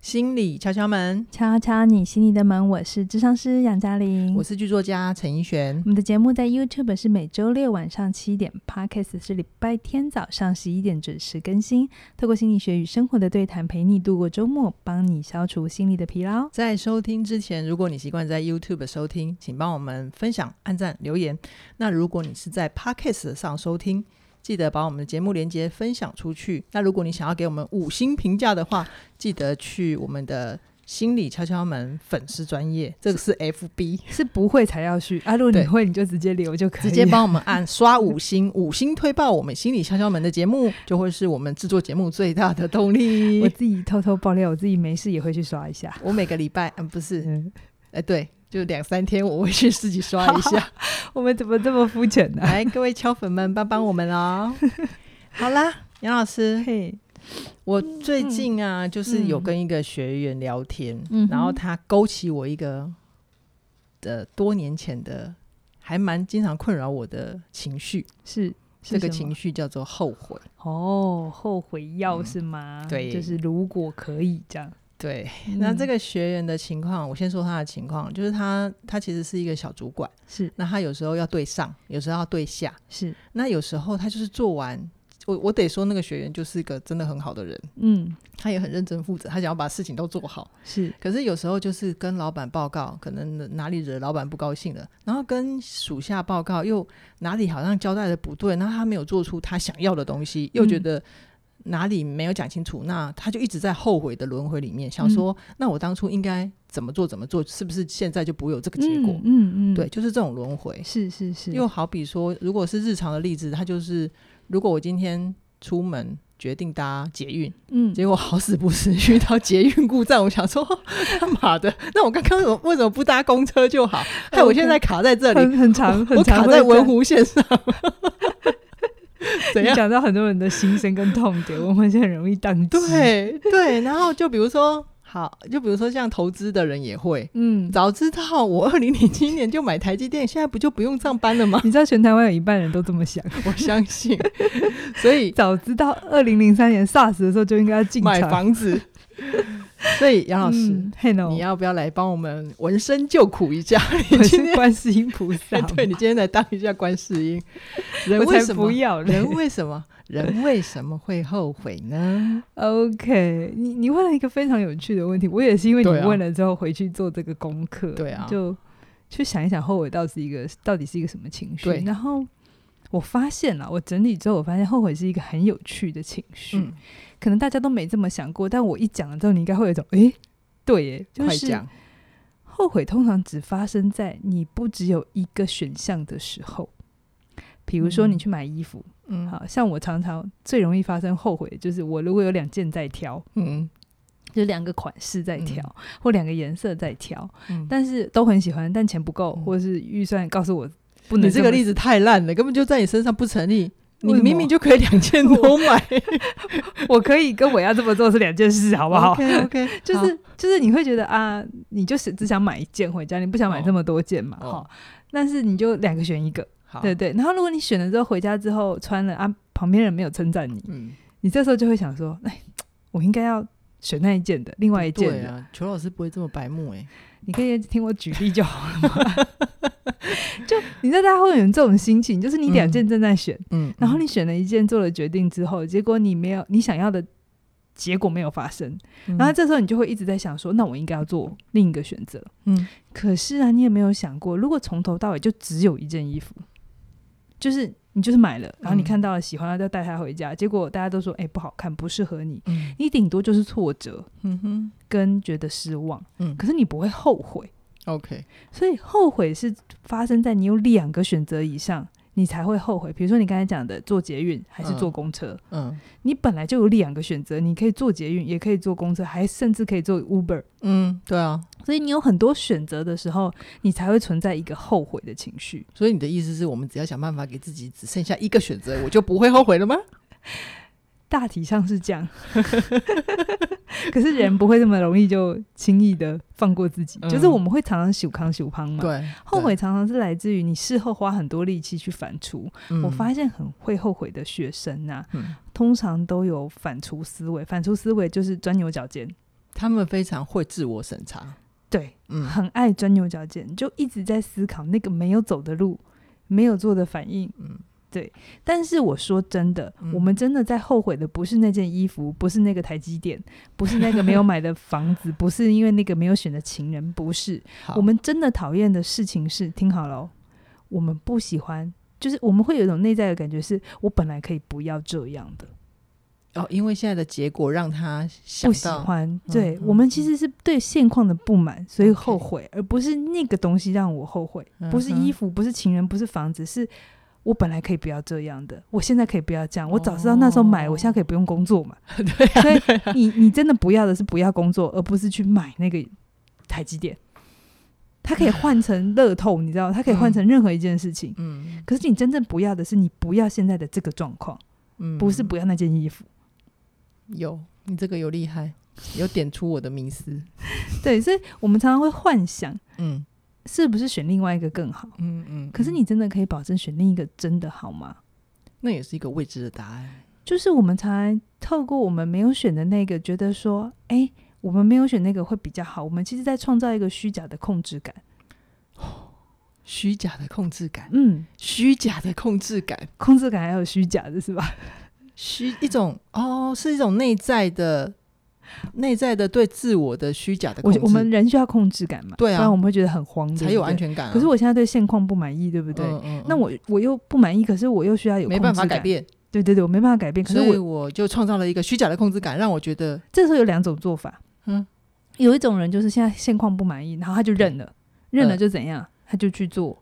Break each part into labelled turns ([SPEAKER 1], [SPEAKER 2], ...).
[SPEAKER 1] 心理敲敲门，
[SPEAKER 2] 敲敲你心里的门，我是智商师杨嘉玲。
[SPEAKER 1] 我是剧作家陈怡璇
[SPEAKER 2] 我。们的节目在 YouTube 是每周六晚上七点，Podcast 是礼拜天早上十一点准时更新。透过心理学与生活的对谈，陪你度过周末，帮你消除心理的疲劳。
[SPEAKER 1] 在收听之前，如果你习惯在 YouTube 收听，请帮我们分享、按赞、留言。那如果你是在 Podcast 上收听，记得把我们的节目连接分享出去。那如果你想要给我们五星评价的话，记得去我们的心理敲敲门粉丝专业，这个是 FB，
[SPEAKER 2] 是不会才要去啊，如果你
[SPEAKER 1] 对
[SPEAKER 2] 会，你就直接留就可以了，
[SPEAKER 1] 直接 帮我们按刷五星，五星推爆我们心理敲敲门的节目，就会是我们制作节目最大的动力。
[SPEAKER 2] 我自己偷偷爆料，我自己没事也会去刷一下。
[SPEAKER 1] 我每个礼拜，嗯，不是，
[SPEAKER 2] 嗯，
[SPEAKER 1] 哎，对，就两三天，我会去自己刷一下。
[SPEAKER 2] 我们怎么这么肤浅 呢、
[SPEAKER 1] 来，各位敲粉们，帮帮我们 哦。好啦，杨老师，
[SPEAKER 2] 嘿，
[SPEAKER 1] 我最近啊，就是有跟一个学员聊天，
[SPEAKER 2] 嗯哼
[SPEAKER 1] 然后他勾起我一个的多年前的，还蛮经常困扰我的情绪。
[SPEAKER 2] 是
[SPEAKER 1] 这
[SPEAKER 2] 是
[SPEAKER 1] 个
[SPEAKER 2] 什么
[SPEAKER 1] 情绪叫做后悔。
[SPEAKER 2] 哦，后悔药
[SPEAKER 1] 嗯
[SPEAKER 2] 是吗？
[SPEAKER 1] 对
[SPEAKER 2] 就是如果可以这样。嗯
[SPEAKER 1] 对，那这
[SPEAKER 2] 个
[SPEAKER 1] 个学员的情况，我先说他的情况，就是他他其实是一个小主管，
[SPEAKER 2] 是
[SPEAKER 1] 那他有时候要对上，有时候要对下，
[SPEAKER 2] 是，
[SPEAKER 1] 那有时候他就是做完，我我得说那个学员就是个真的很好的人，
[SPEAKER 2] 嗯，
[SPEAKER 1] 他也很认真负责，他想要把事情都做好。
[SPEAKER 2] 是
[SPEAKER 1] 可是有时候就是跟老板报告，可能哪里惹老板不高兴了，然后跟属下报告又哪里好像交代的不对，然后他没有做出他想要的东西，
[SPEAKER 2] 嗯
[SPEAKER 1] 又觉得。哪里没有讲清楚，那他就一直在后悔的轮回里面，想说，
[SPEAKER 2] 嗯
[SPEAKER 1] 那我当初应该怎么做怎么做，是不是现在就不会有这个结果？
[SPEAKER 2] 嗯嗯，嗯
[SPEAKER 1] 对，，就是这种轮回。
[SPEAKER 2] 是是是，
[SPEAKER 1] 又好比说，如果是日常的例子，它就是如果我今天出门决定搭捷运，
[SPEAKER 2] 嗯
[SPEAKER 1] 结果好死不死遇到捷运故障，我想说 干嘛的？那我刚刚怎么为什么不搭公车就好？害我现在卡在这里，
[SPEAKER 2] 很很长，很
[SPEAKER 1] 我
[SPEAKER 2] 长
[SPEAKER 1] 卡
[SPEAKER 2] 会
[SPEAKER 1] 在
[SPEAKER 2] 这
[SPEAKER 1] 文
[SPEAKER 2] 样。
[SPEAKER 1] 湖线上， 怎
[SPEAKER 2] 你
[SPEAKER 1] 样？
[SPEAKER 2] 讲到很多人的心声跟痛点，我们现在很容易宕机。，
[SPEAKER 1] 对对，然后就比如说，好，就比如说像投资的人也会。
[SPEAKER 2] 嗯，？
[SPEAKER 1] 早知道我二零零七年就买台积电，现在不就不用上班了吗
[SPEAKER 2] 你知道全台湾有一半人都这么想。
[SPEAKER 1] 我相信， 所以
[SPEAKER 2] 早知道二零零三年 SARS 的时候就应该要进场
[SPEAKER 1] 买房子。 所以杨老师，
[SPEAKER 2] 嗯嘿 no，
[SPEAKER 1] 你要不要来帮我们闻声救苦一下？你
[SPEAKER 2] 我
[SPEAKER 1] 今
[SPEAKER 2] 是
[SPEAKER 1] 天，
[SPEAKER 2] 观世音菩萨
[SPEAKER 1] 对你今天来当一下观世音，人
[SPEAKER 2] 我
[SPEAKER 1] 为
[SPEAKER 2] 才
[SPEAKER 1] 什么
[SPEAKER 2] 不？要嘞
[SPEAKER 1] 人。为什么？人为什么会后悔呢？
[SPEAKER 2] OK，你你问了一个非常有趣的问题，我也是因为你
[SPEAKER 1] 对啊
[SPEAKER 2] 问了之后回去做这个功课，
[SPEAKER 1] 对啊
[SPEAKER 2] 就去想一想后悔到底是一个到底是一个什么情绪
[SPEAKER 1] 对。
[SPEAKER 2] 然后我发现了，我整理之后我发现后悔是一个很有趣的情绪，
[SPEAKER 1] 嗯，
[SPEAKER 2] 可能大家都没这么想过，但我一讲了之后，你应该会有一种诶，对耶，就
[SPEAKER 1] 快
[SPEAKER 2] 是
[SPEAKER 1] 讲。
[SPEAKER 2] 后悔通常只发生在你不只有一个选项的时候。比如说，
[SPEAKER 1] 嗯
[SPEAKER 2] 你去买衣服，
[SPEAKER 1] 嗯，
[SPEAKER 2] 好像我常常最容易发生后悔，就是我如果有两件在挑，
[SPEAKER 1] 嗯，
[SPEAKER 2] 就两个款式在挑，或两个颜色在挑，
[SPEAKER 1] 嗯，
[SPEAKER 2] 但是都很喜欢，但钱不够，
[SPEAKER 1] 嗯
[SPEAKER 2] 或是预算告诉我不能。
[SPEAKER 1] 你这个例
[SPEAKER 2] 子，
[SPEAKER 1] 子太烂了，根本就在你身上不成立。你
[SPEAKER 2] 为什么
[SPEAKER 1] 明明就可以两千多买，
[SPEAKER 2] 我可以跟我要这么做是两件事，好
[SPEAKER 1] 好
[SPEAKER 2] 不好？
[SPEAKER 1] ？OK OK，
[SPEAKER 2] 就是就是你会觉得啊，你就是只想买一件回家，你不想买这么多件嘛，哈、
[SPEAKER 1] 哦哦
[SPEAKER 2] 但是你就两个选一个，
[SPEAKER 1] 好，
[SPEAKER 2] 对，对。然后如果你选了之后回家之后穿了啊，旁边人没有称赞你，
[SPEAKER 1] 嗯，
[SPEAKER 2] 你这时候就会想说，哎，我应该要选那一件的，另外一件
[SPEAKER 1] 对
[SPEAKER 2] 的。
[SPEAKER 1] 啊，裘老师不会这么白目哎，
[SPEAKER 2] 你可以听我举例就好了嘛。 就你知道大家会有这种心情，就是你两件正在选，
[SPEAKER 1] 嗯，
[SPEAKER 2] 然后你选了一件做了决定之后，结果你没有你想要的结果没有发生，
[SPEAKER 1] 嗯，
[SPEAKER 2] 然后这时候你就会一直在想说，那我应该要做另一个选择。
[SPEAKER 1] 嗯，
[SPEAKER 2] 可是啊，你也没有想过，如果从头到尾就只有一件衣服，就是你就是买了，然后你
[SPEAKER 1] 嗯
[SPEAKER 2] 看到了喜欢了，就带它回家，结果大家都说，哎、不好看，不适合你，
[SPEAKER 1] 嗯
[SPEAKER 2] 你顶多就是挫折
[SPEAKER 1] 嗯哼，
[SPEAKER 2] 跟觉得失望，
[SPEAKER 1] 嗯
[SPEAKER 2] 可是你不会后悔。
[SPEAKER 1] ，OK，
[SPEAKER 2] 所以后悔是发生在你有两个选择以上，你才会后悔。比如说你刚才讲的坐捷运还是坐公车，
[SPEAKER 1] 嗯
[SPEAKER 2] 你本来就有两个选择，你可以坐捷运，也可以坐公车，还甚至可以坐 Uber。
[SPEAKER 1] 嗯，对啊，
[SPEAKER 2] 所以你有很多选择的时候，你才会存在一个后悔的情绪。
[SPEAKER 1] 所以你的意思是我们只要想办法给自己只剩下一个选择，我就不会后悔了吗？
[SPEAKER 2] 大体上是这样， 可是人不会这么容易就轻易的放过自己，
[SPEAKER 1] 嗯
[SPEAKER 2] 就是我们会常常羞康羞胖嘛。
[SPEAKER 1] 对，
[SPEAKER 2] 后悔常常是来自于你事后花很多力气去反刍。
[SPEAKER 1] 嗯
[SPEAKER 2] 我发现很会后悔的学生呐、
[SPEAKER 1] 嗯
[SPEAKER 2] 通常都有反刍思维，反刍思维就是钻牛角尖，
[SPEAKER 1] 他们非常会自我审查，
[SPEAKER 2] 对，
[SPEAKER 1] 嗯，
[SPEAKER 2] 很爱钻牛角尖，就一直在思考那个没有走的路，没有做的反应。
[SPEAKER 1] 嗯，
[SPEAKER 2] 对。但是我说真的，
[SPEAKER 1] 嗯
[SPEAKER 2] 我们真的在后悔的不是那件衣服，不是那个台积电，不是那个没有买的房子，不是因为那个没有选的情人，不是。
[SPEAKER 1] 好，
[SPEAKER 2] 我们真的讨厌的事情是，听好了哦，我们不喜欢。就是我们会有一种内在的感觉是，我本来可以不要这样的，
[SPEAKER 1] 哦，因为现在的结果让他想
[SPEAKER 2] 不喜
[SPEAKER 1] 到，
[SPEAKER 2] 欢。对、
[SPEAKER 1] 嗯
[SPEAKER 2] 我们其实是对现况的不满，所以
[SPEAKER 1] OK
[SPEAKER 2] 后悔而不是那个东西让我后悔，不是
[SPEAKER 1] 嗯哼
[SPEAKER 2] 衣服，不是情人，不是房子，是我本来可以不要这样的，我现在可以不要这样。我早知道那时候买，
[SPEAKER 1] 哦
[SPEAKER 2] 我现在可以不用工作嘛。
[SPEAKER 1] 对啊，
[SPEAKER 2] 所以你你真的不要的是不要工作，而不是去买那个台积电。它可以换成乐透，你知道，它可以换成任何一件事情。
[SPEAKER 1] 嗯
[SPEAKER 2] 可是你真正不要的是你不要现在的这个状况，
[SPEAKER 1] 嗯，
[SPEAKER 2] 不是不要那 件衣服。
[SPEAKER 1] 有你这个有厉害，有点出我的迷思，
[SPEAKER 2] 对，所以我们常常会幻想
[SPEAKER 1] 嗯
[SPEAKER 2] 是不是选另外一个更好。
[SPEAKER 1] 嗯嗯，
[SPEAKER 2] 可是
[SPEAKER 1] 嗯
[SPEAKER 2] 你真的可以保证选另一个真的好吗？
[SPEAKER 1] 那也是一个未知的答案，
[SPEAKER 2] 就是我们常常透过我们没有选的那个，觉得说，哎、我们没有选那个会比较好。我们其实在创造一个虚假的控制感，
[SPEAKER 1] 虚假的控制感，
[SPEAKER 2] 嗯，
[SPEAKER 1] 虚假的控制感，
[SPEAKER 2] 控制感还有虚假的是吧？
[SPEAKER 1] 虚一种哦，是一种内在的内在的对自我的虚假的
[SPEAKER 2] 我
[SPEAKER 1] 控制，
[SPEAKER 2] 我们人需要控制感嘛，
[SPEAKER 1] 对啊
[SPEAKER 2] 不然我们会觉得很慌，
[SPEAKER 1] 才有安
[SPEAKER 2] 全。
[SPEAKER 1] 全感啊、
[SPEAKER 2] 可是我现在对现况不满意，对不对？
[SPEAKER 1] 嗯，嗯嗯
[SPEAKER 2] 那我我又不满意，可是我又需要有
[SPEAKER 1] 没办法
[SPEAKER 2] 控制
[SPEAKER 1] 改
[SPEAKER 2] 感，
[SPEAKER 1] 变，
[SPEAKER 2] 对对对，我没办法改变。可是
[SPEAKER 1] 所以
[SPEAKER 2] 我
[SPEAKER 1] 我就创造了一个虚假的控制感，让我觉得
[SPEAKER 2] 这时候有两种做法，
[SPEAKER 1] 嗯，
[SPEAKER 2] 有一种人就是现在现况不满意，然后他就认了，认了
[SPEAKER 1] 嗯
[SPEAKER 2] 就怎样，他就去做，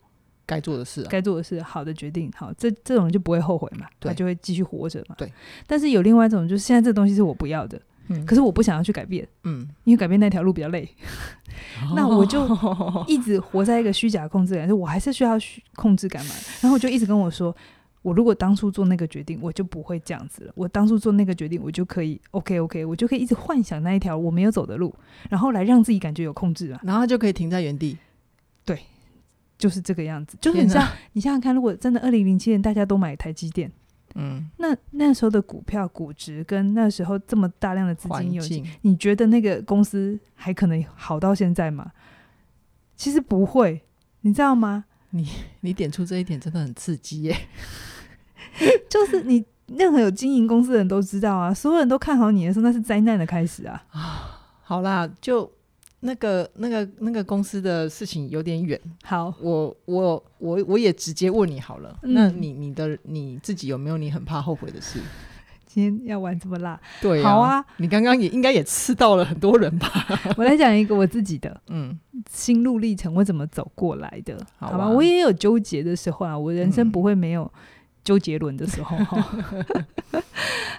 [SPEAKER 1] 该做的事、啊。
[SPEAKER 2] 该做的是好的决定，好，这这种人就不会后悔嘛，
[SPEAKER 1] 对
[SPEAKER 2] 他就会继续活着嘛。
[SPEAKER 1] 对。
[SPEAKER 2] 但是有另外一种，就是现在这东西是我不要的，
[SPEAKER 1] 嗯
[SPEAKER 2] 可是我不想要去改变，
[SPEAKER 1] 嗯，
[SPEAKER 2] 因为改变那条路比较累，那我 就
[SPEAKER 1] 哦
[SPEAKER 2] 一直活在一个虚假的控制感，就我还是需要虚控制感嘛。然后我就一直跟我说，我如果当初做那个决定，我就不会这样子了。我当初做那个决定，我就可以 OK OK，我就可以一直幻想那一条我没有走的路，然后来让自己感觉有控制嘛，啊
[SPEAKER 1] 然后就可以停在原地，
[SPEAKER 2] 就是这个样子，就
[SPEAKER 1] 天
[SPEAKER 2] 很
[SPEAKER 1] 哪
[SPEAKER 2] 像你想想看，如果真的二零零七年大家都买台积电。
[SPEAKER 1] 嗯，
[SPEAKER 2] 那那时候的股票估值跟那时候这么大量的资
[SPEAKER 1] 环
[SPEAKER 2] 金有，
[SPEAKER 1] 境
[SPEAKER 2] 你觉得那个公司还可能好到现在吗？其实不会，你知道吗？
[SPEAKER 1] 你点出这一点真的很刺激耶。
[SPEAKER 2] 就是你任何有经营公司的人都知道啊，所有人都看好你的时候，那是灾难的开始啊。
[SPEAKER 1] 好啦，就那个那个那个公司的事情有点远，
[SPEAKER 2] 好，
[SPEAKER 1] 我我我我也直接问你好了，
[SPEAKER 2] 嗯
[SPEAKER 1] 那你你的你自己有没有你很怕后悔的事？
[SPEAKER 2] 今天要玩这么辣，
[SPEAKER 1] 对、
[SPEAKER 2] 好啊，
[SPEAKER 1] 你刚刚也应该也刺到了很多人吧？
[SPEAKER 2] 我来讲一个我自己的
[SPEAKER 1] 嗯，
[SPEAKER 2] 心路历程，我怎么走过来的，
[SPEAKER 1] 好啊
[SPEAKER 2] 吧？我也有纠结的时候啊，我人生
[SPEAKER 1] 嗯
[SPEAKER 2] 不会没有周杰伦的时候 哈。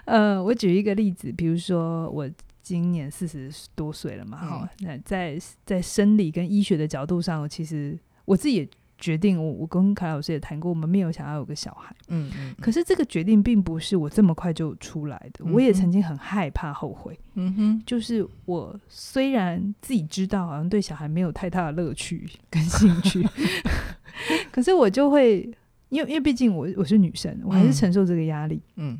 [SPEAKER 2] 呃，我举一个例子，比如说我今年四十多岁了
[SPEAKER 1] 嗯
[SPEAKER 2] 嘛，哈、那在在生理跟医学的角度上，我其实我自己也决定，我我跟凯老师也谈过，我们没有想要有个小孩，
[SPEAKER 1] 嗯嗯，
[SPEAKER 2] 可是这个决定并不是我这么快就出来的，我也
[SPEAKER 1] 嗯哼
[SPEAKER 2] 曾经很害怕后悔。
[SPEAKER 1] 嗯哼，
[SPEAKER 2] 就是我虽然自己知道好像对小孩没有太大的乐趣 跟兴趣， 可是我就会，因为因为毕竟我我是女生，我还是
[SPEAKER 1] 嗯
[SPEAKER 2] 承受这个压力，
[SPEAKER 1] 嗯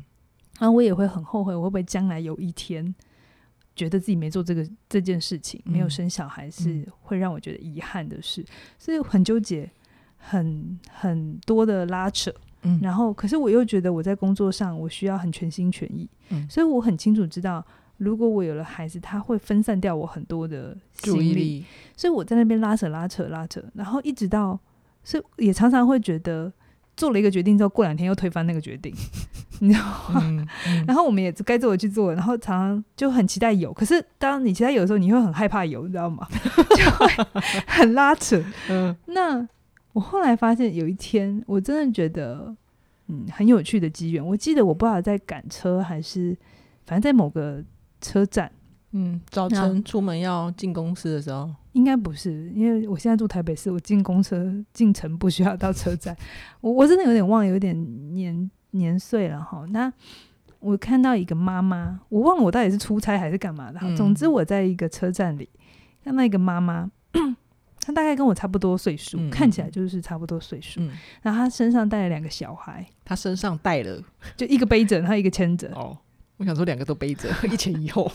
[SPEAKER 2] 然后我也会很后悔，我会不会将来有一天觉得自己没做这个这件事情，
[SPEAKER 1] 嗯
[SPEAKER 2] 没有生小孩是会让我觉得遗憾的事，所以很纠结，很很多的拉扯。
[SPEAKER 1] 嗯，
[SPEAKER 2] 然后，可是我又觉得我在工作上我需要很全心全意，
[SPEAKER 1] 嗯
[SPEAKER 2] 所以我很清楚知道，如果我有了孩子，他会分散掉我很多的精
[SPEAKER 1] 注意
[SPEAKER 2] 力，
[SPEAKER 1] 力，
[SPEAKER 2] 所以我在那边拉扯拉扯拉扯，然后一直到，所以也常常会觉得做了一个决定之后，过两天又推翻那个决定，你知道吗？
[SPEAKER 1] 嗯嗯
[SPEAKER 2] 然后我们也该做的去做，然后常常就很期待有，可是当你期待有的时候，你会很害怕有，你知道吗？ 就会很拉扯。
[SPEAKER 1] 嗯
[SPEAKER 2] 那我后来发现，有一天我真的觉得，嗯，很有趣的机缘。我记得我不知道在赶车还是，反正在某个车站，
[SPEAKER 1] 嗯，早
[SPEAKER 2] 那
[SPEAKER 1] 晨出门要进公司的时候，
[SPEAKER 2] 应该不是，因为我现在住台北市，我进公车进城不需要到车站。我我真的有点忘了，有点年年岁了哈。那我看到一个妈妈，我忘了我到底是出差还是干嘛的哈。
[SPEAKER 1] 嗯
[SPEAKER 2] 总之我在一个车站里看到一个妈妈，她大概跟我差不多岁数，
[SPEAKER 1] 嗯嗯
[SPEAKER 2] 看起来就是差不多岁数。
[SPEAKER 1] 嗯，
[SPEAKER 2] 然后他身上带了两个小孩，
[SPEAKER 1] 他身上带了呃
[SPEAKER 2] 就
[SPEAKER 1] 哦
[SPEAKER 2] 一个背着，然后一个牵着，
[SPEAKER 1] 哦，我想说两个都背着，一前一后，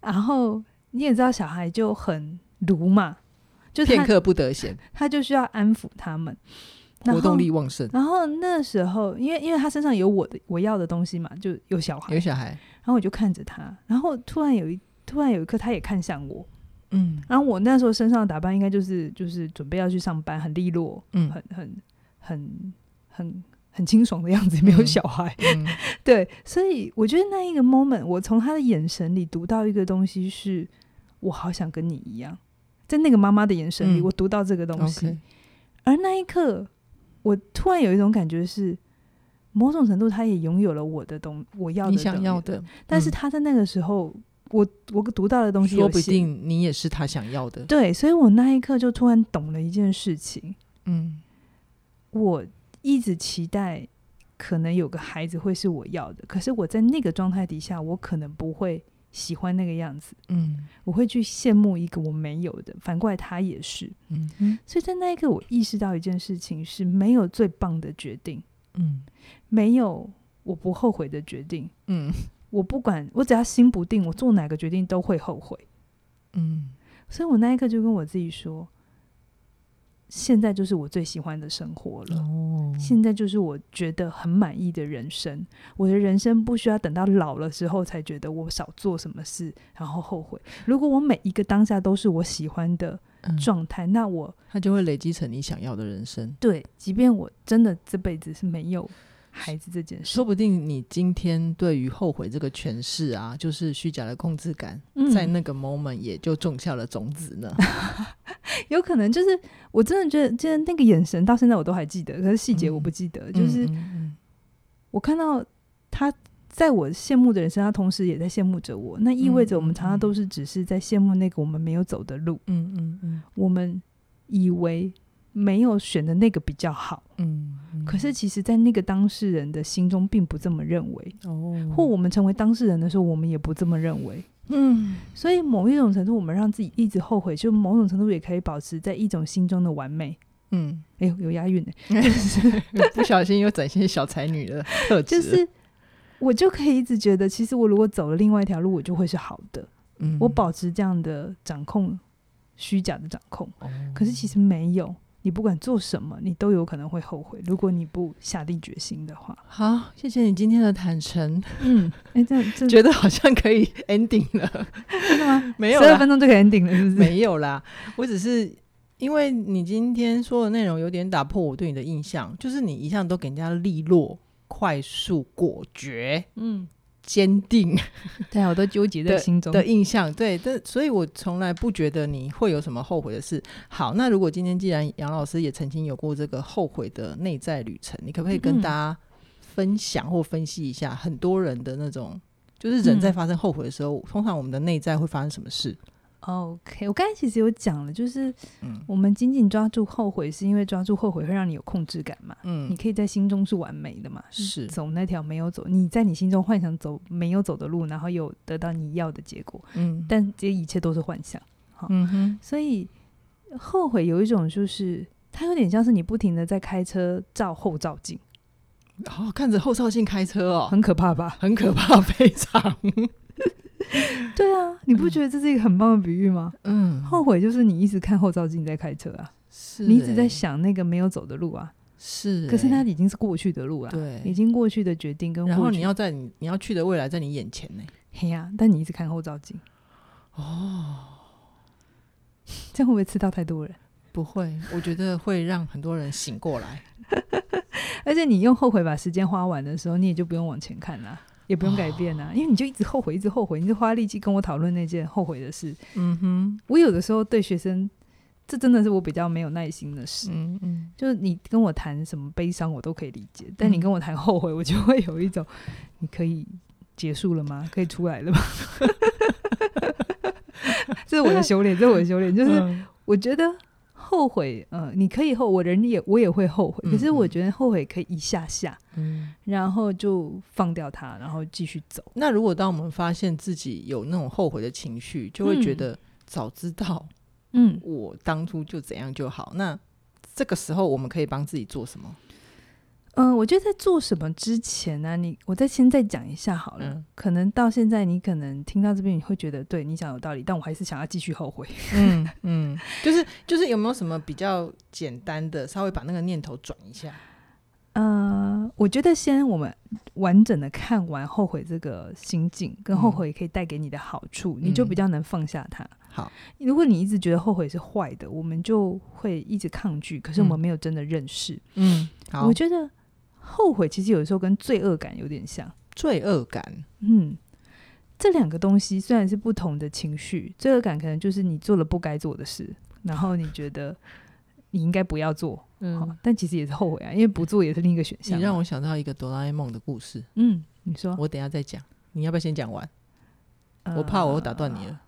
[SPEAKER 2] 然后你也知道小孩就很鲁嘛，就
[SPEAKER 1] 片
[SPEAKER 2] 他
[SPEAKER 1] 刻不得闲，
[SPEAKER 2] 他就需要安抚他们，然
[SPEAKER 1] 活
[SPEAKER 2] 后
[SPEAKER 1] 动力旺盛，
[SPEAKER 2] 然后那时候，因为因为他身上有我的我要的东西嘛，就有小孩，
[SPEAKER 1] 有小孩，
[SPEAKER 2] 然后我就看着他，然后突然有一突然有一刻，他也看向我，
[SPEAKER 1] 嗯
[SPEAKER 2] 然后我那时候身上的打扮应该就是就是准备要去上班，很利落，
[SPEAKER 1] 嗯
[SPEAKER 2] 很很很很很清爽的样子，没有
[SPEAKER 1] 嗯
[SPEAKER 2] 小孩，
[SPEAKER 1] 嗯
[SPEAKER 2] 对，所以我觉得那一个 moment，我从他的眼神里读到一个东西是，我好想跟你一样，在那个妈妈的眼神里，
[SPEAKER 1] 嗯
[SPEAKER 2] 我读到这个东西，
[SPEAKER 1] ，OK，
[SPEAKER 2] 而那一刻，我突然有一种感觉是，某种程度他也拥有了我的东，我要的
[SPEAKER 1] 你想
[SPEAKER 2] 东
[SPEAKER 1] 要
[SPEAKER 2] 西，
[SPEAKER 1] 的，
[SPEAKER 2] 但是
[SPEAKER 1] 嗯
[SPEAKER 2] 他在那个时候，我我读到的东西
[SPEAKER 1] 说
[SPEAKER 2] 有
[SPEAKER 1] 不
[SPEAKER 2] 限
[SPEAKER 1] 定你也是他想要的，
[SPEAKER 2] 对，所以我那一刻就突然懂了一件事情，
[SPEAKER 1] 嗯
[SPEAKER 2] 我一直期待可能有个孩子会是我要的，可是我在那个状态底下，我可能不会喜欢那个样子，
[SPEAKER 1] 嗯
[SPEAKER 2] 我会去羡慕一个我没有的，反过来他也是，
[SPEAKER 1] 嗯嗯
[SPEAKER 2] 所以在那一刻，我意识到一件事情是没有最棒的决定。
[SPEAKER 1] 嗯
[SPEAKER 2] 没有我不后悔的决定。
[SPEAKER 1] 嗯
[SPEAKER 2] 我不管，我只要心不定，我做哪个决定都会后悔。
[SPEAKER 1] 嗯
[SPEAKER 2] 所以我那一刻就跟我自己说，现在就是我最喜欢的生活了。
[SPEAKER 1] 哦，
[SPEAKER 2] 现在就是我觉得很满意的人生，我的人生不需要等到老了之后才觉得我少做什么事，然后后悔。如果我每一个当下都是我喜欢的
[SPEAKER 1] 嗯
[SPEAKER 2] 状态，那我
[SPEAKER 1] 它就会累积成你想要的人生。
[SPEAKER 2] 对，即便我真的这辈子是没有孩子这件事，
[SPEAKER 1] 说不定你今天对于后悔这个诠释啊，就是虚假的控制感，
[SPEAKER 2] 嗯
[SPEAKER 1] 在那个 moment 也就种下了种子呢。
[SPEAKER 2] 有可能就是我真的觉得，就是那个眼神到现在我都还记得，可是细节
[SPEAKER 1] 嗯
[SPEAKER 2] 我不记得。 就是
[SPEAKER 1] 嗯嗯
[SPEAKER 2] 我看到他在我羡慕的人身上，他同时也在羡慕着我。那意味着我们常常都是只是在羡慕那个我们没有走的路，
[SPEAKER 1] 嗯嗯嗯
[SPEAKER 2] 我们以为没有选的那个比较好。
[SPEAKER 1] 嗯嗯
[SPEAKER 2] 可是其实，在那个当事人的心中，并不这么认为，
[SPEAKER 1] 哦，
[SPEAKER 2] 或我们成为当事人的时候，我们也不这么认为。
[SPEAKER 1] 嗯
[SPEAKER 2] 所以，某一种程度，我们让自己一直后悔，就某种程度也可以保持在一种心中的完美。
[SPEAKER 1] 嗯，
[SPEAKER 2] 哎呦，有押韵呢。
[SPEAKER 1] 不小心又展现小才女的特质
[SPEAKER 2] 就
[SPEAKER 1] 了，
[SPEAKER 2] 是我就可以一直觉得，其实我如果走了另外一条路，我就会是好的。
[SPEAKER 1] 嗯
[SPEAKER 2] 我保持这样的掌控，虚假的掌控。
[SPEAKER 1] 哦
[SPEAKER 2] 可是其实没有，你不管做什么，你都有可能会后悔。如果你不下定决心的 话，
[SPEAKER 1] 好，谢谢你今天的坦诚，
[SPEAKER 2] 嗯，哎、这样真的
[SPEAKER 1] 觉得好像可以 ending 了，
[SPEAKER 2] 真的吗？
[SPEAKER 1] 没有
[SPEAKER 2] 十二
[SPEAKER 1] 啦，
[SPEAKER 2] 分钟就可以 ending 了，是不是？
[SPEAKER 1] 没有啦，我只是因为你今天说的内容有点打破我对你的印象，就是你一向都给人家利落、快速、果决、
[SPEAKER 2] 嗯，
[SPEAKER 1] 坚定
[SPEAKER 2] 对啊，我都纠结在
[SPEAKER 1] 的
[SPEAKER 2] 心中。
[SPEAKER 1] 的印象。对，但所以我从来不觉得你会有什么后悔的事。好，那如果今天既然杨老师也曾经有过这个后悔的内在旅程，你可不可以
[SPEAKER 2] 嗯
[SPEAKER 1] 跟
[SPEAKER 2] 嗯
[SPEAKER 1] 大家分享或分析一下很多人的那种？就是人在
[SPEAKER 2] 嗯
[SPEAKER 1] 发生后悔的时候，通常我们的内在会发生什么事？
[SPEAKER 2] OK，我刚才其实有讲了，就是
[SPEAKER 1] 嗯
[SPEAKER 2] 我们紧紧抓住后悔，是因为抓住后悔会让你有控制感嘛。你
[SPEAKER 1] 嗯，
[SPEAKER 2] 可以在心中是完美的嘛？
[SPEAKER 1] 是
[SPEAKER 2] 走那条没有走，你在你心中幻想走没有走的路，然后有得到你要的结果，
[SPEAKER 1] 嗯，
[SPEAKER 2] 但这一切都是幻想。
[SPEAKER 1] 嗯哼，
[SPEAKER 2] 所以后悔有一种就是，它有点像是你不停的在开车照后照镜，
[SPEAKER 1] 哦，看着后照镜开车哦，
[SPEAKER 2] 很可 怕吧？
[SPEAKER 1] 很可怕，非常。
[SPEAKER 2] 对啊，你不觉得这是一个很棒的比喻吗？
[SPEAKER 1] 嗯，
[SPEAKER 2] 后悔就是你一直看后照镜在开车啊，
[SPEAKER 1] 是
[SPEAKER 2] 你一直在
[SPEAKER 1] 欸，
[SPEAKER 2] 想那个没有走的路啊，
[SPEAKER 1] 是欸，
[SPEAKER 2] 可是那已经是过去的路啊，已
[SPEAKER 1] 对，
[SPEAKER 2] 经过去的决定跟
[SPEAKER 1] 然后
[SPEAKER 2] 过
[SPEAKER 1] 你
[SPEAKER 2] 去，
[SPEAKER 1] 要在你你要去的未来在你眼前呢。
[SPEAKER 2] 嘿呀、但你一直看后照镜，哦， 这样会不会刺到太多人？
[SPEAKER 1] 不会，我觉得会让很多人醒过来，
[SPEAKER 2] 而且你用后悔把时间花完的时候，你也就不用往前看啦、也不用
[SPEAKER 1] 哦
[SPEAKER 2] 改变啦、因为你就一直后悔，一直后悔，你就花力气跟我讨论那件后悔的事。
[SPEAKER 1] 嗯哼，
[SPEAKER 2] 我有的时候对学生，这真的是我比较没有耐心的事。
[SPEAKER 1] 嗯嗯，
[SPEAKER 2] 就是你跟我谈什么悲伤，我都可以理解，但你
[SPEAKER 1] 嗯
[SPEAKER 2] 跟我谈后悔，我就会有一种，你可以结束了吗？可以出来了吗？ 这是我的修炼，这是我的修炼，就
[SPEAKER 1] 就是
[SPEAKER 2] 我觉得后悔，呃，你可以后，我人也我也会后悔，可是
[SPEAKER 1] 嗯嗯
[SPEAKER 2] 我觉得后悔可以一下下，
[SPEAKER 1] 嗯，
[SPEAKER 2] 然后就放掉它，然后继续走。
[SPEAKER 1] 那如果当我们发现自己有那种后悔的情绪，就会觉
[SPEAKER 2] 嗯
[SPEAKER 1] 得早知道
[SPEAKER 2] 嗯，
[SPEAKER 1] 我当初就怎样就好。那这个时候我们可以帮自己做什么？
[SPEAKER 2] 嗯，我觉得在做什么之前呢、你我再先再讲一下好了。
[SPEAKER 1] 嗯
[SPEAKER 2] 可能到现在，你可能听到这边，你会觉得对你讲有道理，但我还是想要继续后悔。
[SPEAKER 1] 嗯嗯，就是就是有没有什么比较简单的，稍微把那个念头转一下？
[SPEAKER 2] 呃，我觉得先我们完整的看完后悔这个心境，跟后悔可以带给你的好处，你就
[SPEAKER 1] 嗯
[SPEAKER 2] 比较能放下它。
[SPEAKER 1] 好，
[SPEAKER 2] 如果你一直觉得后悔是坏的，我们就会一直抗拒，可是我们没有真的认识。
[SPEAKER 1] 嗯，好
[SPEAKER 2] 我，觉得后悔其实有时候跟罪恶感有点像，
[SPEAKER 1] 罪恶感，
[SPEAKER 2] 嗯。这两个东西虽然是不同的情绪，罪恶感可能就是你做了不该做的事，然后你觉得你应该不要做，好
[SPEAKER 1] 嗯，
[SPEAKER 2] 但其实也是后悔啊，因为不做也是另一个选
[SPEAKER 1] 你
[SPEAKER 2] 项嘛。
[SPEAKER 1] 让我想到一个哆啦 A 梦的故事，
[SPEAKER 2] 嗯，你说，
[SPEAKER 1] 我等一下再讲，你要不要先讲完？我怕我又打断你了。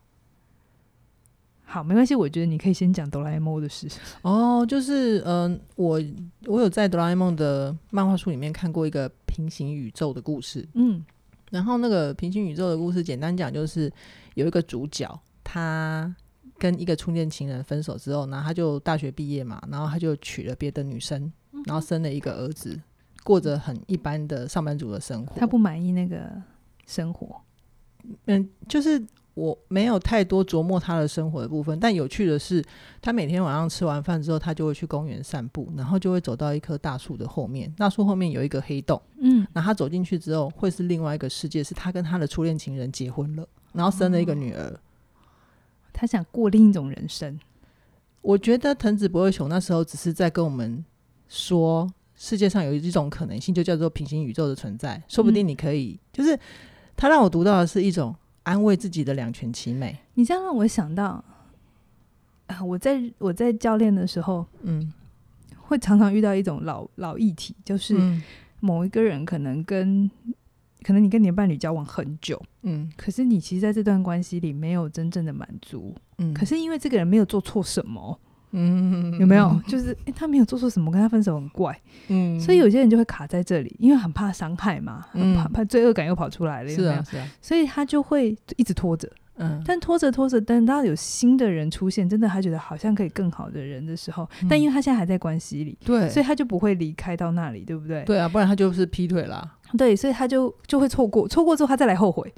[SPEAKER 2] 好，没关系，我觉得你可以先讲哆啦 A 梦的事。
[SPEAKER 1] 哦，就是嗯、我我有在哆啦 A 梦的漫画书里面看过一个平行宇宙的故事，
[SPEAKER 2] 嗯
[SPEAKER 1] 然后那个平行宇宙的故事，简单讲就是有一个主角，他跟一个初恋情人分手之后，然后他就大学毕业嘛，然后他就娶了别的女生，然后生了一个儿子，过着很一般的上班族的生活。
[SPEAKER 2] 他不满意那个生活。
[SPEAKER 1] 嗯，就是我没有太多琢磨他的生活的部分，但有趣的是，他每天晚上吃完饭之后，他就会去公园散步，然后就会走到一棵大树的后面，大树后面有一个黑洞，
[SPEAKER 2] 嗯
[SPEAKER 1] 然后他走进去之后，会是另外一个世界，是他跟他的初恋情人结婚了，然后生了一个女儿。
[SPEAKER 2] 他想过另一种人生。
[SPEAKER 1] 我觉得藤子不二雄那时候只是在跟我们说，世界上有一种可能性，就叫做平行宇宙的存在，说不定你可以，就是他让我读到的是一种安慰自己的两全其美。
[SPEAKER 2] 你这样让我想到，啊，我在我在教练的时候，
[SPEAKER 1] 嗯，
[SPEAKER 2] 会常常遇到一种老老议题，就是
[SPEAKER 1] 嗯
[SPEAKER 2] 某一个人可能跟。可能你跟你的伴侣交往很久，
[SPEAKER 1] 嗯
[SPEAKER 2] 可是你其实在这段关系里没有真正的满足，
[SPEAKER 1] 嗯，
[SPEAKER 2] 可是因为这个人没有做错什么，
[SPEAKER 1] 嗯
[SPEAKER 2] 有没有？？就是、诶他没有做错什么，跟他分手很怪，
[SPEAKER 1] 嗯，
[SPEAKER 2] 所以有些人就会卡在这里，因为很怕伤害嘛，很怕
[SPEAKER 1] 嗯
[SPEAKER 2] 怕罪恶感又跑出来了，
[SPEAKER 1] 是
[SPEAKER 2] 有没
[SPEAKER 1] 啊
[SPEAKER 2] 有？
[SPEAKER 1] 是啊，
[SPEAKER 2] 所以他就会一直拖着，
[SPEAKER 1] 嗯，
[SPEAKER 2] 但拖着拖着，等到有新的人出现，真的他觉得好像可以更好的人的时候，但因为他现在还在关系里，
[SPEAKER 1] 嗯对，
[SPEAKER 2] 所以他就不会离开到那里，对不对？
[SPEAKER 1] 对啊，不然他就是劈腿啦。
[SPEAKER 2] 对，所以他就就会错过，错过之后他再来 后悔，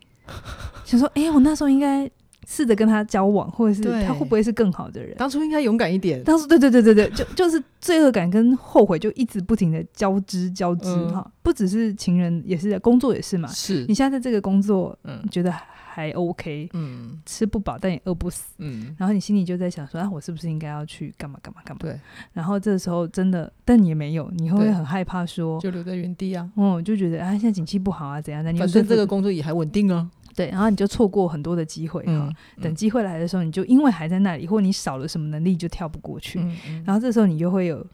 [SPEAKER 2] 想说，哎、我那时候应该试着跟他交往，或者是
[SPEAKER 1] 对
[SPEAKER 2] 他会不会是更好的人？
[SPEAKER 1] 当初应该勇敢一点。
[SPEAKER 2] 当时对对对对对，就就是罪恶感跟后悔就一直不停的交织交织
[SPEAKER 1] 嗯
[SPEAKER 2] 哈、不只是情人，也是工作也是嘛。
[SPEAKER 1] 是
[SPEAKER 2] 你，现在在这个工作
[SPEAKER 1] 嗯
[SPEAKER 2] 觉得还 OK，
[SPEAKER 1] 嗯
[SPEAKER 2] 吃不饱但也饿不死，
[SPEAKER 1] 嗯，
[SPEAKER 2] 然后你心里就在想说啊，我是不是应该要去干嘛干嘛干嘛？
[SPEAKER 1] 对，
[SPEAKER 2] 然后这时候真的，但你也没有，你会不会
[SPEAKER 1] 对
[SPEAKER 2] 很害怕说，
[SPEAKER 1] 就留在原地啊。
[SPEAKER 2] 嗯，就觉得啊，现在景气不好啊，怎样的？你又
[SPEAKER 1] 反
[SPEAKER 2] 说
[SPEAKER 1] 正这个
[SPEAKER 2] 服
[SPEAKER 1] 工作也还稳定啊。
[SPEAKER 2] 对，然后你就错过很多的机会哈、
[SPEAKER 1] 嗯，
[SPEAKER 2] 等机会来的时候，你就因为还在那里，或你少了什么能力就跳不过去。
[SPEAKER 1] 嗯嗯
[SPEAKER 2] 然后这时候你就会有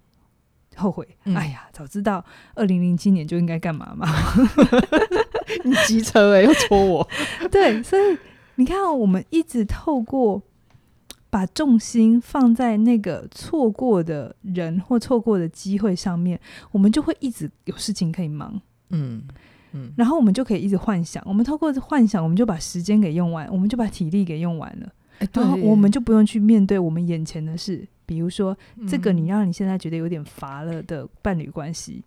[SPEAKER 2] 后悔，
[SPEAKER 1] 嗯
[SPEAKER 2] 哎呀，早知道二零零七年就应该干嘛嘛。
[SPEAKER 1] 你机车哎，又戳我。
[SPEAKER 2] 对，所以你看哦、我们一直透过把重心放在那个错过的人或错过的机会上面，我们就会一直有事情可以忙，
[SPEAKER 1] 嗯嗯
[SPEAKER 2] 然后我们就可以一直幻想。我们透过幻想，我们就把时间给用完，我们就把体力给用完了，
[SPEAKER 1] 哎，对
[SPEAKER 2] 然后我们就不用去面对我们眼前的事，比如说这个你让你现在觉得有点乏了的伴侣关系，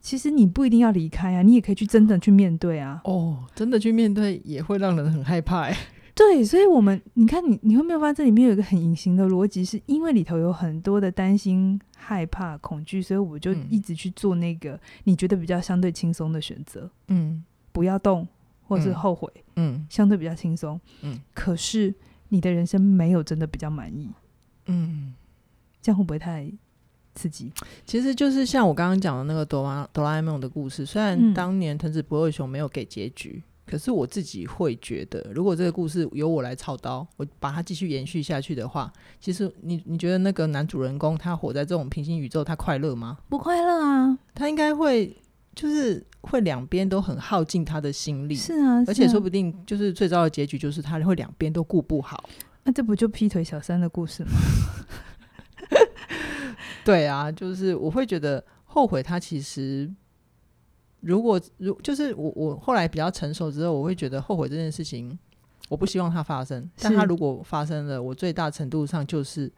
[SPEAKER 2] 其实你不一定要离开啊，你也可以去真的去面对啊。
[SPEAKER 1] 哦，真的去面对也会让人很害怕哎。
[SPEAKER 2] 对，所以我们你看你你会没有发现这里面有一个很隐形的逻辑，是因为里头有很多的担心、害怕、恐惧，所以我就
[SPEAKER 1] 嗯
[SPEAKER 2] 一直去做那个你觉得比较相对轻松的选择，
[SPEAKER 1] 嗯
[SPEAKER 2] 不要动，或是
[SPEAKER 1] 嗯
[SPEAKER 2] 后悔，
[SPEAKER 1] 嗯
[SPEAKER 2] 相对比较轻松。
[SPEAKER 1] 嗯，
[SPEAKER 2] 可是你的人生没有真的比较满意，
[SPEAKER 1] 嗯。
[SPEAKER 2] 这样会不会太刺激？
[SPEAKER 1] 其实就是像我刚刚讲的那个哆啦哆啦 A 梦的故事，虽
[SPEAKER 2] 嗯
[SPEAKER 1] 然当年藤子不二雄没有给结局，可是我自己会觉得，如果这个故事由我来操刀，我把它继续延续下去的话，其实你你觉得那个男主人公他活在这种平行宇宙，他快乐吗？
[SPEAKER 2] 不快乐啊！
[SPEAKER 1] 他应该会就是会两边都很耗尽他的心力，
[SPEAKER 2] 是啊，
[SPEAKER 1] 而
[SPEAKER 2] 是
[SPEAKER 1] 且
[SPEAKER 2] 啊
[SPEAKER 1] 说不定就是最糟的结局就是他会两边都顾不好。
[SPEAKER 2] 那、这不就劈腿小三的故事吗？
[SPEAKER 1] 对啊，就是我会觉得后悔，他其实如果如就是我我后来比较成熟之后，我会觉得后悔这件事情，我不希望它发生。但
[SPEAKER 2] 是
[SPEAKER 1] 它如果发生了，我最大程度上就是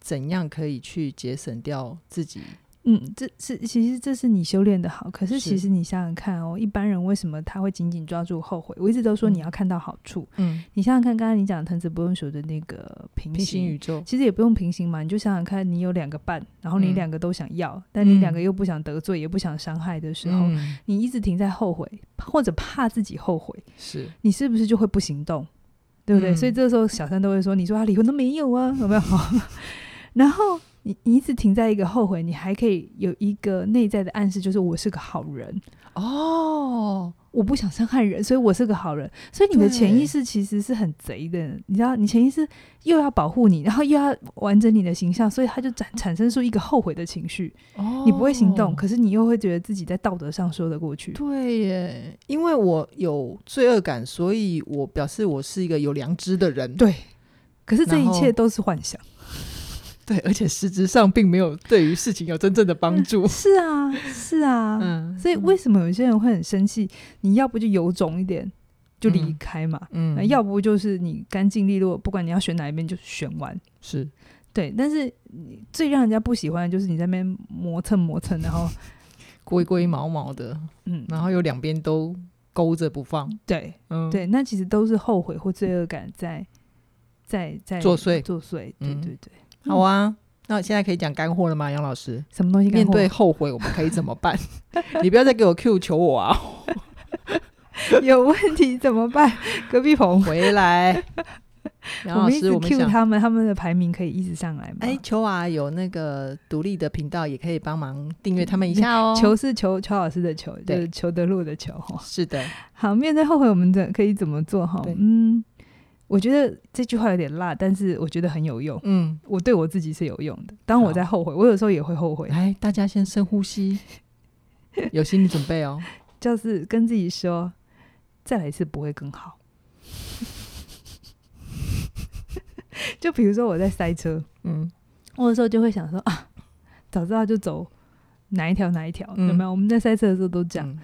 [SPEAKER 1] 怎样可以去节省掉自己
[SPEAKER 2] 嗯，这是其实这是你修炼的好，可是
[SPEAKER 1] 是
[SPEAKER 2] 其实你想想看哦，一般人为什么他会紧紧抓住后悔？我一直都说
[SPEAKER 1] 嗯
[SPEAKER 2] 你要看到好处，
[SPEAKER 1] 嗯，
[SPEAKER 2] 你想想看，刚才你讲藤子不用说的那个平
[SPEAKER 1] 平行
[SPEAKER 2] 行
[SPEAKER 1] 宇宙，
[SPEAKER 2] 其实也不用平行嘛，你就想想看，你有两个伴，然后你
[SPEAKER 1] 嗯
[SPEAKER 2] 两个都想要，但你
[SPEAKER 1] 嗯
[SPEAKER 2] 两个又不想得罪，也不想伤害的时候，
[SPEAKER 1] 嗯，
[SPEAKER 2] 你一直停在后悔，或者怕自己后悔，
[SPEAKER 1] 是
[SPEAKER 2] 你是不是就会不行动？对不对？
[SPEAKER 1] 嗯
[SPEAKER 2] 所以这时候小三都会说：“你说他离婚都没 有啊，有没有？” 然后你你一直停在一个后悔，你还可以有一个内在的暗示，就是我是个好人，
[SPEAKER 1] 哦，
[SPEAKER 2] 我不想伤害人，所以我是个好人。所以你的
[SPEAKER 1] 对
[SPEAKER 2] 潜意识其实是很贼的，你知道，你潜意识又要保护你，然后又要完整你的形象，所以它就产产生出一个后悔的情绪。
[SPEAKER 1] 哦，
[SPEAKER 2] 你不会行动，可是你又会觉得自己在道德上说得过去。
[SPEAKER 1] 对耶，因为我有罪恶感，所以我表示我是一个有良知的人。
[SPEAKER 2] 对，可是这
[SPEAKER 1] 然
[SPEAKER 2] 一
[SPEAKER 1] 后
[SPEAKER 2] 切都是幻 想。
[SPEAKER 1] 对，而且实质上并没有对于事情有真正的帮助。
[SPEAKER 2] 是啊，是啊。
[SPEAKER 1] 嗯，
[SPEAKER 2] 所以为什么有些人会很生气？你要不就有种一点就离
[SPEAKER 1] 嗯
[SPEAKER 2] 开嘛，
[SPEAKER 1] 嗯
[SPEAKER 2] 那要不就是你干净利落，不管你要选哪一边就选完。
[SPEAKER 1] 是
[SPEAKER 2] 对，但是你最让人家不喜欢的就是你在那边磨蹭磨蹭，然后
[SPEAKER 1] 龟龟毛毛的，
[SPEAKER 2] 嗯，
[SPEAKER 1] 然后有两边都勾着不放。
[SPEAKER 2] 对
[SPEAKER 1] 嗯，，
[SPEAKER 2] 对，那其实都是后悔或罪恶感在在在
[SPEAKER 1] 作祟
[SPEAKER 2] 作祟，对
[SPEAKER 1] 嗯
[SPEAKER 2] 对对，
[SPEAKER 1] 好啊。那现在可以讲干货了吗，杨老师？
[SPEAKER 2] 什么东西干
[SPEAKER 1] 面
[SPEAKER 2] 货
[SPEAKER 1] 对后悔，我们可以怎么办？ 你不要再给我 Q 求我啊！
[SPEAKER 2] 有问题怎么办？隔壁棚，
[SPEAKER 1] 回 来， 杨老
[SPEAKER 2] 我们一
[SPEAKER 1] 师，
[SPEAKER 2] 直
[SPEAKER 1] 我们
[SPEAKER 2] Q
[SPEAKER 1] 想，
[SPEAKER 2] 他们，他们的排名可以一直上来吗？
[SPEAKER 1] 哎，求啊，有那个独立的频道，也可以帮忙订阅他们一下哦。
[SPEAKER 2] 球是球，邱老师的球，就
[SPEAKER 1] 对
[SPEAKER 2] 是裘德路的球。哈
[SPEAKER 1] 是的，
[SPEAKER 2] 好，面对后悔，我们怎可以怎么做？哈
[SPEAKER 1] 对，
[SPEAKER 2] 嗯，我觉得这句话有点辣，但是我觉得很有用。
[SPEAKER 1] 嗯，
[SPEAKER 2] 我对我自己是有用的。当我
[SPEAKER 1] 好
[SPEAKER 2] 在后悔，我有时候也会后悔，
[SPEAKER 1] 来，哎大家先深呼 吸，有心理准备哦。
[SPEAKER 2] 就是跟自己说，再来一次不会更好。 就比如说我在塞车，
[SPEAKER 1] 嗯，
[SPEAKER 2] 我有时候就会想说啊，早知道就走哪一条哪一条，
[SPEAKER 1] 嗯
[SPEAKER 2] 有没有？我们在塞车的时候都这样。
[SPEAKER 1] 嗯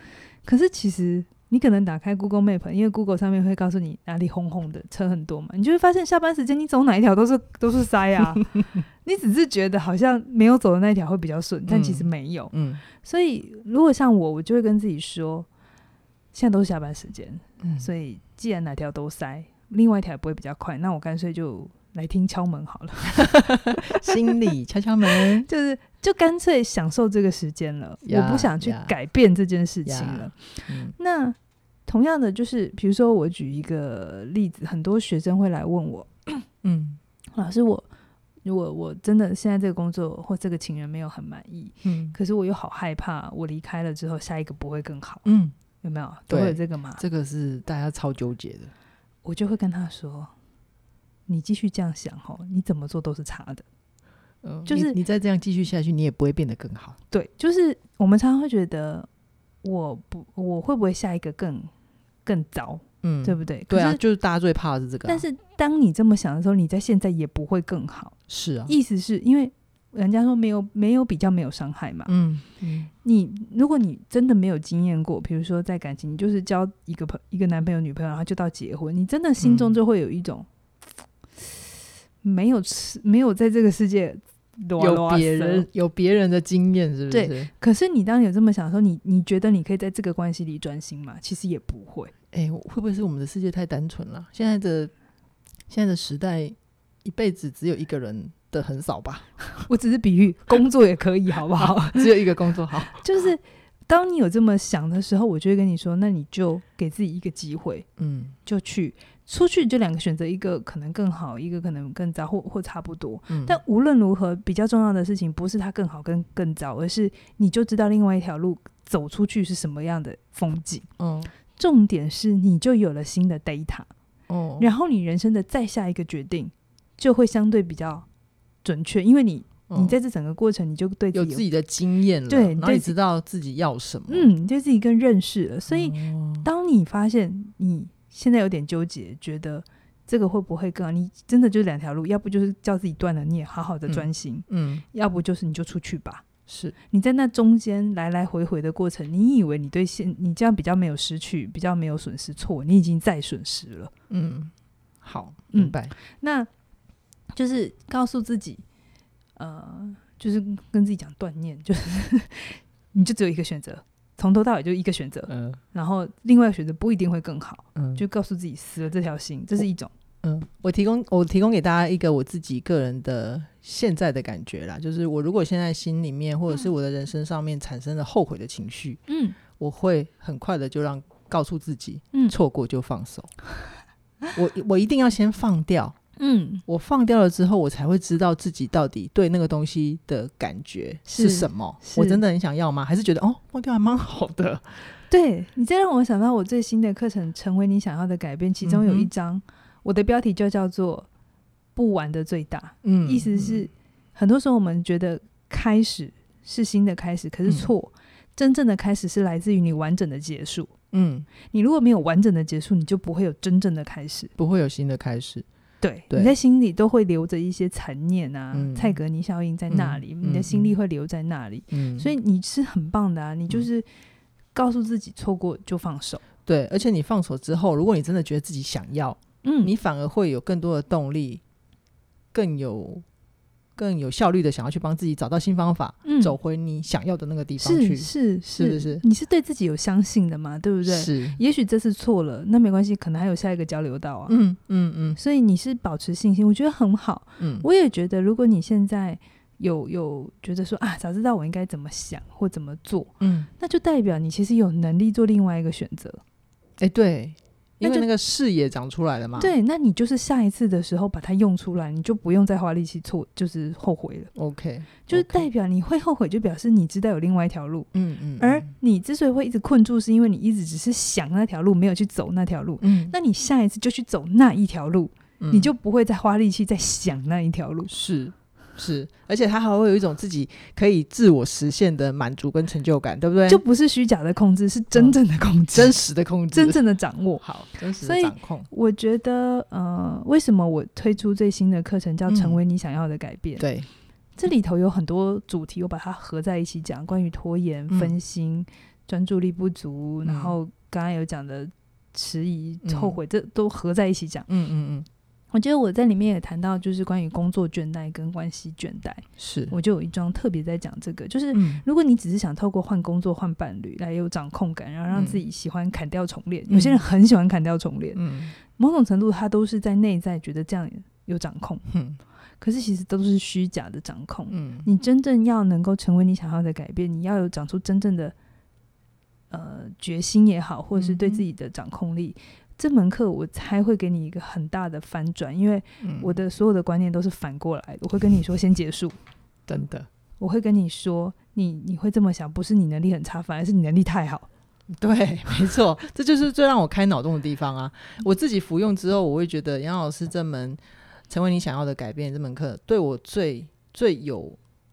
[SPEAKER 2] 可是其实你可能打开 Google Map，因为 Google 上面会告诉你哪里红红的，车很多嘛，你就会发现下班时间你走哪一条都是 都是塞啊。你只是觉得好像没有走的那一条会比较顺，但其实没有。
[SPEAKER 1] 嗯
[SPEAKER 2] 所以如果像我，我就会跟自己说，现在都是下班时间，
[SPEAKER 1] 嗯，
[SPEAKER 2] 所以既然哪条都塞，另外一条也不会比较快，那我干脆就来听敲门好了，，
[SPEAKER 1] 心理敲敲门
[SPEAKER 2] 就是就干脆享受这个时间了我
[SPEAKER 1] Yeah，
[SPEAKER 2] 不想去
[SPEAKER 1] yeah
[SPEAKER 2] 改变这件事情
[SPEAKER 1] Yeah
[SPEAKER 2] 了。
[SPEAKER 1] 嗯
[SPEAKER 2] 那同样的，就是比如说我举一个例子，很多学生会来问我，
[SPEAKER 1] 嗯
[SPEAKER 2] 老师我。如果我真的现在这个工作或这个情人没有很满意，
[SPEAKER 1] 嗯
[SPEAKER 2] 可是我又好害怕，我离开了之后下一个不会更好，
[SPEAKER 1] 嗯，
[SPEAKER 2] 有没有？都会有这个嘛？
[SPEAKER 1] 这个是大家超纠结的。
[SPEAKER 2] 我就会跟他说：“你继续这样想哦，你怎么做都是差的。
[SPEAKER 1] 嗯，
[SPEAKER 2] 就是
[SPEAKER 1] 你你再这样继续下去，你也不会变得更好。”
[SPEAKER 2] 对，就是我们常常会觉得，我不，我会不会下一个更更糟，
[SPEAKER 1] 嗯，
[SPEAKER 2] 对不对？
[SPEAKER 1] 对啊，
[SPEAKER 2] 可是
[SPEAKER 1] 就是大家最怕的是这个啊。
[SPEAKER 2] 但是当你这么想的时候，你在现在也不会更好。
[SPEAKER 1] 是啊，
[SPEAKER 2] 意思是因为人家说没有没有比较没有伤害嘛。
[SPEAKER 1] 嗯嗯
[SPEAKER 2] 你如果你真的没有经验过，比如说在感情，你就是交一个朋一个男朋友女朋友，然后就到结婚，你真的心
[SPEAKER 1] 嗯
[SPEAKER 2] 中就会有一种、没有吃没有在这个世界裸
[SPEAKER 1] 有
[SPEAKER 2] 裸
[SPEAKER 1] 别
[SPEAKER 2] 色
[SPEAKER 1] 人。有别人的经验，是不是？
[SPEAKER 2] 可是你当你有这么想的时候，你你觉得你可以在这个关系里专心吗？其实也不会。
[SPEAKER 1] 哎、会不会是我们的世界太单纯了？现在的现在的时代，一辈子只有一个人的很少吧？
[SPEAKER 2] 我只是比喻，工作也可以，好不好？
[SPEAKER 1] 只有一个工作好。
[SPEAKER 2] 就是当你有这么想的时候，我就会跟你说，那你就给自己一个机会，
[SPEAKER 1] 嗯
[SPEAKER 2] 就去出去，就两个选择，一个可能更好，一个可能更糟，或或差不多。
[SPEAKER 1] 嗯，
[SPEAKER 2] 但无论如何，比较重要的事情不是它更好跟更糟，而是你就知道另外一条路走出去是什么样的风景。
[SPEAKER 1] 嗯
[SPEAKER 2] 重点是你就有了新的 data，
[SPEAKER 1] 哦，
[SPEAKER 2] 然后你人生的再下一个决定就会相对比较准确，因为你、
[SPEAKER 1] 嗯
[SPEAKER 2] 你在这整个过程你就对
[SPEAKER 1] 有
[SPEAKER 2] 自己
[SPEAKER 1] 自己的经验了，
[SPEAKER 2] 对
[SPEAKER 1] 然后
[SPEAKER 2] 对
[SPEAKER 1] 你
[SPEAKER 2] 自己
[SPEAKER 1] 知道自己要什么。
[SPEAKER 2] 嗯，你对自己更认识了。所以
[SPEAKER 1] 哦
[SPEAKER 2] 当你发现你现在有点纠结，觉得这个会不会更好，你真的就是两条路，要不就是叫自己断了，你也好好的
[SPEAKER 1] 嗯
[SPEAKER 2] 专心，
[SPEAKER 1] 嗯
[SPEAKER 2] 要不就是你就出去吧。
[SPEAKER 1] 是
[SPEAKER 2] 你在那中间来来回回的过程，你以为你对现你这样比较没有失去，比较没有损失错，你已经再损失了。
[SPEAKER 1] 嗯好
[SPEAKER 2] 嗯
[SPEAKER 1] 明白
[SPEAKER 2] 那就是告诉自己，呃，就是跟自己讲断念， 就是你就只有一个选择，从头到尾就一个选择，
[SPEAKER 1] 嗯
[SPEAKER 2] 然后另外选择不一定会更好，
[SPEAKER 1] 嗯，
[SPEAKER 2] 就告诉自己死了这条心，这是一种。
[SPEAKER 1] 嗯，我提供我提供给大家一个我自己个人的现在的感觉啦，就是我如果现在心里面或者是我的人生上面产生了后悔的情绪，
[SPEAKER 2] 嗯
[SPEAKER 1] 我会很快的就让告诉自己，
[SPEAKER 2] 嗯
[SPEAKER 1] 错过就放手。 我我一定要先放掉，
[SPEAKER 2] 嗯
[SPEAKER 1] 我放掉了之后，我才会知道自己到底对那个东西的感觉是
[SPEAKER 2] 是
[SPEAKER 1] 什么。
[SPEAKER 2] 是
[SPEAKER 1] 我真的很想要吗？还是觉得哦，放掉还蛮好 的？
[SPEAKER 2] 对你这让我想到我最新的课程《成为你想要的改变》，其中有
[SPEAKER 1] 嗯
[SPEAKER 2] 一
[SPEAKER 1] 哼
[SPEAKER 2] 章，我的标题就叫做“不玩的最大”，
[SPEAKER 1] 嗯，
[SPEAKER 2] 意思是、很多时候我们觉得开始是新的开始，可是
[SPEAKER 1] 嗯
[SPEAKER 2] 错，真正的开始是来自于你完整的结束。
[SPEAKER 1] 嗯，
[SPEAKER 2] 你如果没有完整的结束，你就不会有真正的开始。
[SPEAKER 1] 不会有新的开始。
[SPEAKER 2] 对，
[SPEAKER 1] 对
[SPEAKER 2] 你在心里都会留着一些残念啊，
[SPEAKER 1] 嗯
[SPEAKER 2] 蔡格尼效应在那里，
[SPEAKER 1] 嗯
[SPEAKER 2] 你的心力会留在那里，
[SPEAKER 1] 嗯，
[SPEAKER 2] 所以你是很棒的啊，你就是告诉自己错过就放手，
[SPEAKER 1] 对，而且你放手之后，如果你真的觉得自己想要，
[SPEAKER 2] 嗯，
[SPEAKER 1] 你反而会有更多的动力，更有更有效率的想要去帮自己找到新方法，
[SPEAKER 2] 嗯
[SPEAKER 1] 走回你想要的那个地方去。
[SPEAKER 2] 是是
[SPEAKER 1] 是不是
[SPEAKER 2] 你是对自己有相信的嘛，对不对？
[SPEAKER 1] 是
[SPEAKER 2] 也许这次错了，那没关系，可能还有下一个交流道啊。
[SPEAKER 1] 嗯嗯嗯
[SPEAKER 2] 所以你是保持信心，我觉得很好。
[SPEAKER 1] 嗯，
[SPEAKER 2] 我也觉得，如果你现在有有觉得说啊，早知道我应该怎么想或怎么做，
[SPEAKER 1] 嗯，
[SPEAKER 2] 那就代表你其实有能力做另外一个选择。
[SPEAKER 1] 哎、对，因
[SPEAKER 2] 那
[SPEAKER 1] 为
[SPEAKER 2] 就
[SPEAKER 1] 那个视野长出来了嘛。
[SPEAKER 2] 对，那你就是下一次的时候把它用出来，你就不用再花力气错，就是后悔了。
[SPEAKER 1] ，OK，
[SPEAKER 2] 就是
[SPEAKER 1] OK
[SPEAKER 2] 代表你会后悔，就表示你知道有另外一条路。
[SPEAKER 1] 嗯嗯，
[SPEAKER 2] 而
[SPEAKER 1] 嗯
[SPEAKER 2] 你之所以会一直困住，是因为你一直只是想那条路，没有去走那条路。
[SPEAKER 1] 嗯，
[SPEAKER 2] 那你下一次就去走那一条路，
[SPEAKER 1] 嗯
[SPEAKER 2] 你就不会再花力气再想那一条路。
[SPEAKER 1] 是是，而且他还会有一种自己可以自我实现的满足跟成就感，对不对？嗯
[SPEAKER 2] 就不是虚假的控制，是真正的控制，
[SPEAKER 1] 真实的控制，
[SPEAKER 2] 真正的掌握。
[SPEAKER 1] 好，真实
[SPEAKER 2] 所
[SPEAKER 1] 的
[SPEAKER 2] 以
[SPEAKER 1] 掌控。
[SPEAKER 2] 我觉得，呃，为什么我推出最新的课程叫
[SPEAKER 1] 嗯
[SPEAKER 2] 《成为你想要的改变》
[SPEAKER 1] 对，
[SPEAKER 2] 这里头有很多主题，我把它合在一起讲，关于拖延、
[SPEAKER 1] 嗯
[SPEAKER 2] 分心、专注力不足，
[SPEAKER 1] 嗯
[SPEAKER 2] 然后刚刚有讲的迟疑、
[SPEAKER 1] 嗯
[SPEAKER 2] 后悔，这都合在一起讲。
[SPEAKER 1] 嗯嗯嗯，
[SPEAKER 2] 我觉得我在里面也谈到，就是关于工作倦怠跟关系倦怠，
[SPEAKER 1] 是，
[SPEAKER 2] 我就有一章特别在讲这个，就是
[SPEAKER 1] 嗯
[SPEAKER 2] 如果你只是想透过换工作、换伴侣来有掌控感，然后让
[SPEAKER 1] 嗯
[SPEAKER 2] 自己喜欢砍掉重练，
[SPEAKER 1] 嗯
[SPEAKER 2] 有些人很喜欢砍掉重练，
[SPEAKER 1] 嗯
[SPEAKER 2] 某种程度他都是在内在觉得这样有掌控，
[SPEAKER 1] 嗯
[SPEAKER 2] 可是其实都是虚假的掌控。
[SPEAKER 1] 嗯
[SPEAKER 2] 你真正要能够成为你想要的改变，你要有长出真正的呃决心也好，或者是对
[SPEAKER 1] 嗯哼
[SPEAKER 2] 自己的掌控力。这门课我才会给你一个很大的翻转，因为
[SPEAKER 1] 嗯
[SPEAKER 2] 我的所有的观念都是反过来的。我会跟你说先结束，
[SPEAKER 1] 真的
[SPEAKER 2] 我会跟你说，你你会这么想，不是你能力很差，反而是你能力太好。
[SPEAKER 1] 对，没错，这就是最让我开脑洞的地方啊！我自己服用之后，我会觉得杨老师这门成为你想要的改变这门课，对我最最有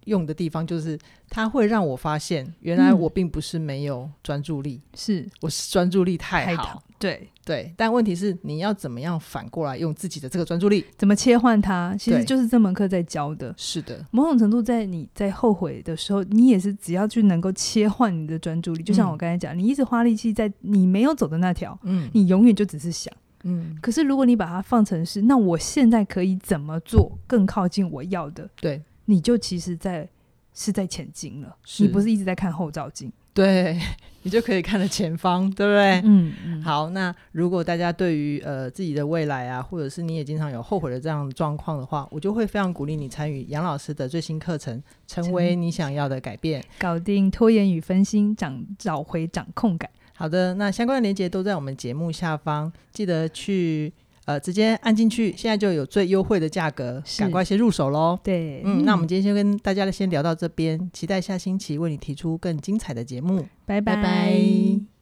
[SPEAKER 1] 用的地方就是，它会让我发现，原来
[SPEAKER 2] 嗯
[SPEAKER 1] 我并不是没有专注力，
[SPEAKER 2] 是
[SPEAKER 1] 我是专注力太好。
[SPEAKER 2] 好，对，
[SPEAKER 1] 对，但问题是，你要怎么样反过来用自己的这个专注力？
[SPEAKER 2] 怎么切换它，其实
[SPEAKER 1] 对
[SPEAKER 2] 就是这门课在教的。
[SPEAKER 1] 是的，
[SPEAKER 2] 某种程度，在你在后悔的时候，你也是只要去能够切换你的专注力。就像我刚才讲，你一直花力气在你没有走的那条，
[SPEAKER 1] 嗯
[SPEAKER 2] 你永远就只是想。
[SPEAKER 1] 嗯，
[SPEAKER 2] 可是如果你把它放成是，那我现在可以怎么做更靠近我要的，
[SPEAKER 1] 对
[SPEAKER 2] 你就其实在是在前进了，
[SPEAKER 1] 是
[SPEAKER 2] 你不是一直在看后照镜。
[SPEAKER 1] 对， 你就可以看着前方，对不对？
[SPEAKER 2] 嗯嗯，
[SPEAKER 1] 哎好，那如果大家对于呃自己的未来啊，或者是你也经常有后悔的这样的状况的话，我就会非常鼓励你参与杨老师的最新课程，成为你想要的改变。
[SPEAKER 2] 搞定拖延与分心，掌找回掌控感。
[SPEAKER 1] 好的，那相关的链接都在我们节目下方，记得去呃直接按进去，现在就有最优惠的价格，
[SPEAKER 2] 是
[SPEAKER 1] 赶快先入手喽。
[SPEAKER 2] 对，
[SPEAKER 1] 嗯，那我们今天先跟大家先聊到这边，期待下星期为你提出更精彩的节目。
[SPEAKER 2] 拜
[SPEAKER 1] 拜
[SPEAKER 2] 拜
[SPEAKER 1] 拜